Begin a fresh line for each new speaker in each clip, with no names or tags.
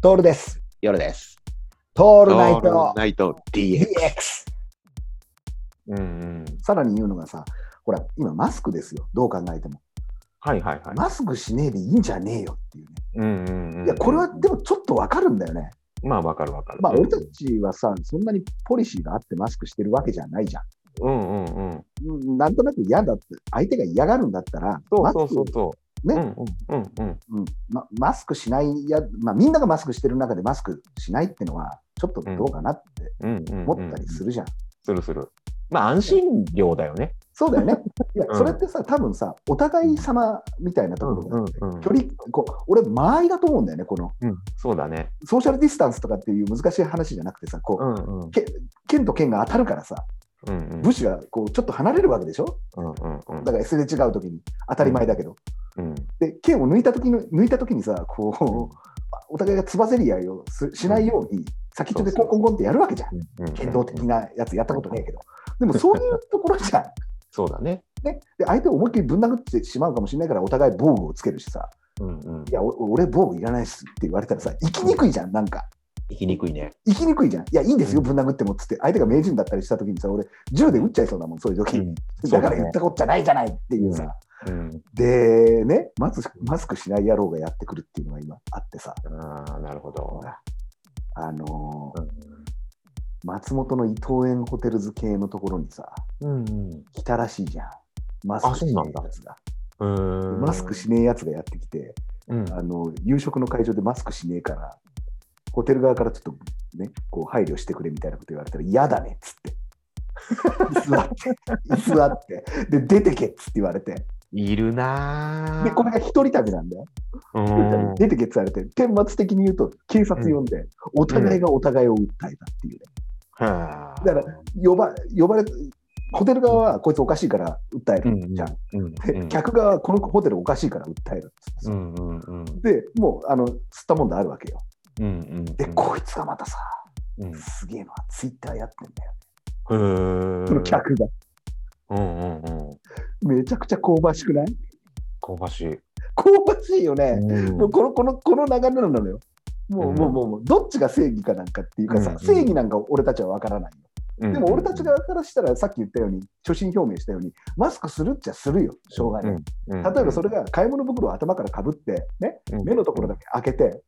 トールです。
夜です。
ト
オ
ールナイト
ナイト DX。
DX。
うんうん。
さらに言うのがさ、ほら、今マスクですよ。どう考えても。
はいはいはい。
マスクしねえでいいんじゃねえよっていうね。
うんうんうん。
いや、これはでもちょっとわかるんだよね。
まあわかるわかる。
まあ、俺たちはさ、そんなにポリシーがあってマスクしてるわけじゃないじゃん。
うんうんうん。
うんなんとなく嫌だって、相手が嫌がるんだったら、
そう
マ
そう
ス
そ
ク
うそう。
ね
うんうんうんうん。
うんま、マスクしないや、まあ、みんながマスクしてる中でマスクしないってのは、ちょっとどうかなって
うんうんうん。
思ったりするじゃん。
するする。まあ安心料だよね。
そう だよね。いや、
うん
それってさ、多分さ、お互い様みたいなところが
んうん
距離こう俺、間合いだと思うんだよね、この
うん。そうだね。
ソーシャルディスタンスとかっていう難しい話じゃなくてさ、こう
うんうん。
剣と剣が当たるからさ、
うんうん。
武士がこうちょっと離れるわけでしょ、
うんうんうん
だからすれ違うときに、当たり前だけど、
うん。
で剣を抜いたとき抜いた時にさ、こうお互いがつばぜり合いをすしないように、先っちょでコンコンコンってやるわけじゃん、
うん
剣道的なやつやったことねえけど、でもそういうところじゃん。
そうだね。
ね、で相手を思いっきりぶん殴ってしまうかもしれないから、お互い防具をつけるしさ、
うんうん
い。や、お俺、防具いらないっすって言われたらさ、生きにくいじゃん、なんか。
生きにくいね。
行きにくいじゃん。いや、いいんですよ、
うん
ぶん殴ってもっつって、相手が名人だったりしたときにさ、俺、銃で撃っちゃいそうだもん、そういう時、
そ う
だ
だ
か
ね
ら言ったことじゃないじゃないっていうさ。
うん。
で、ねマスク、マスクしない野郎がやってくるっていうのが今あってさ、
ああ、なるほど。
あのー
うん
松本の伊藤園ホテルズ系のところにさ、
うん
来たらしいじゃん。マスクしねえやつが。
うん。
マスクしねえやつがやってきて、
うん。
あの夕食の会場でマスクしねえから、ホテル側からちょっとね、こう配慮してくれみたいなこと言われたら、嫌だねっつっ て。居座って、居座って、で、出てけっつって言われて、
いるなー
で、これが一人旅なんだよ。
うん
一人旅出てけっつられて、顛末的に言うと、警察呼んで、お互いがお互いを訴えたっていうね。
はあ
だから、呼ば呼ばれ、ホテル側はこいつおかしいから訴え
う
る
んうん
じゃん。
うんう
で
ん
客側はこのホテルおかしいから訴えるっつって
う
さ
んうんうん
で、もう、あの、吸ったもんだあるわけよ。
うんうん
で、こいつがまたさ、
うん
すげえのはツイッターやってんだよ、
へー
その客が。
うんうんうん
めちゃくちゃ香ばしくない
香ばしい
香ばしいよね。もうこのこのこの流れなのよ。もう,、
うん
もうもうもうどっちが正義かなんかっていうかさ、
うんうん
正義なんか俺たちは分からないよ。
で
でも俺たち側からしたらさっき言ったように、所信表明したように、マスクするっちゃするよ、しょうがない。
例え
例えばそれが買い物袋を頭からかぶって、ね、目のところだけ開けて、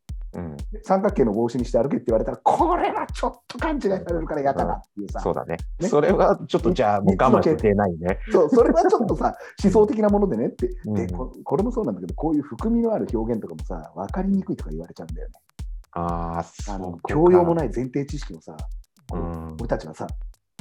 三角形の帽子にして歩けって言われたら、これはちょっと勘違いされるからやだなっていうさ、
そうだね
ね
それはちょっとじゃあもう我慢してないね
そうそれはちょっと さ、思想的なものでねって、
う
で
ん
こ、これもそうなんだけど、こういう含みのある表現とかもさ、分かりにくいとか言われちゃうんだよね。
ああそ
あの
う
教養も
い
ない前提知識もさ、
うん
俺たちはさ、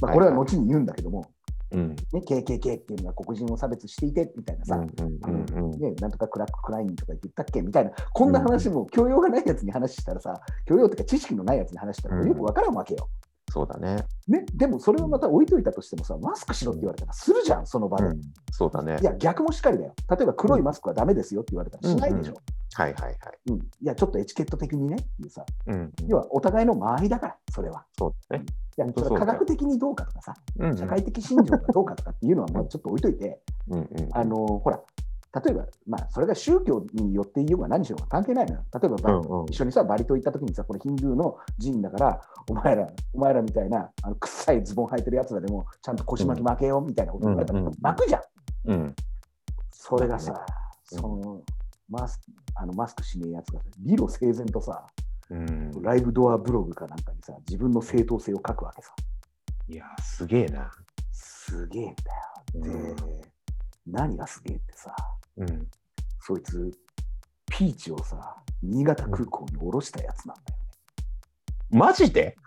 まあ、
はい
これは後に言うんだけども、
うん
ね、KKK っていうのが黒人を差別していてみたいなさ、
うん
あ
う
の
んうん
ね、なんとかクラック・クラインとか言ってたっけみたいな、こんな話も教養がないやつに話したらさ、教養っていうか知識のないやつに話したら
うん
よく分からんわけよ。
そうだね
ね、でもそれをまた置いといたとしてもさ、マスクしろって言われたらするじゃん、その場で。
うんそうだね
いや、逆もしかりだよ。例えば黒いマスクはダメですよって言われたらしないでしょ。
はいはいはい
うんいや、ちょっとエチケット的にねっていうさ、
うん
要はお互いの間合いだから、それは。
そうだね
いや
そうそう
科学的にどうかとかさ、
うん
社会的信条がどうかとかっていうのはまあちょっと置いといて、
うんうん
あのほら、例えば、まあ、それが宗教によって言おうが何しようが関係ないのよ。例えば、
う
まあ
んうん
一緒にさ、バリ島行った時にさ、これヒンドゥーの寺院だから、お前ら、お前らみたいな、あの臭いズボン履いてるやつらでも、ちゃんと腰巻き負けよみたいなこと言われたら、
うんうん
巻くじゃん。
うん
それがさ、
う
そ
ん
の、マスク、あのマスクしねえやつがさ、理路整然とさ、
うん
ライブドアブログかなんかにさ、自分の正当性を書くわけさ。
いやすげえな
すげえんだよ。で、
うん
何がすげえってさ、
うん
そいつ、ピーチをさ、新潟空港に降ろしたやつなんだよ。
マジで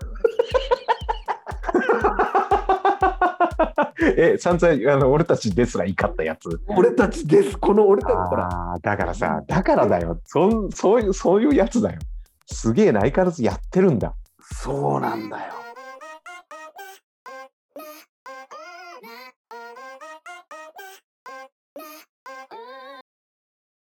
え、散々あの俺たちですら怒ったやつ。
俺たちです、この俺たち、ほら、
あーだからさ、だからだよ。そんそういう、そういうやつだよ。すげえな、相変わらずやってるんだ。
そうなんだよ。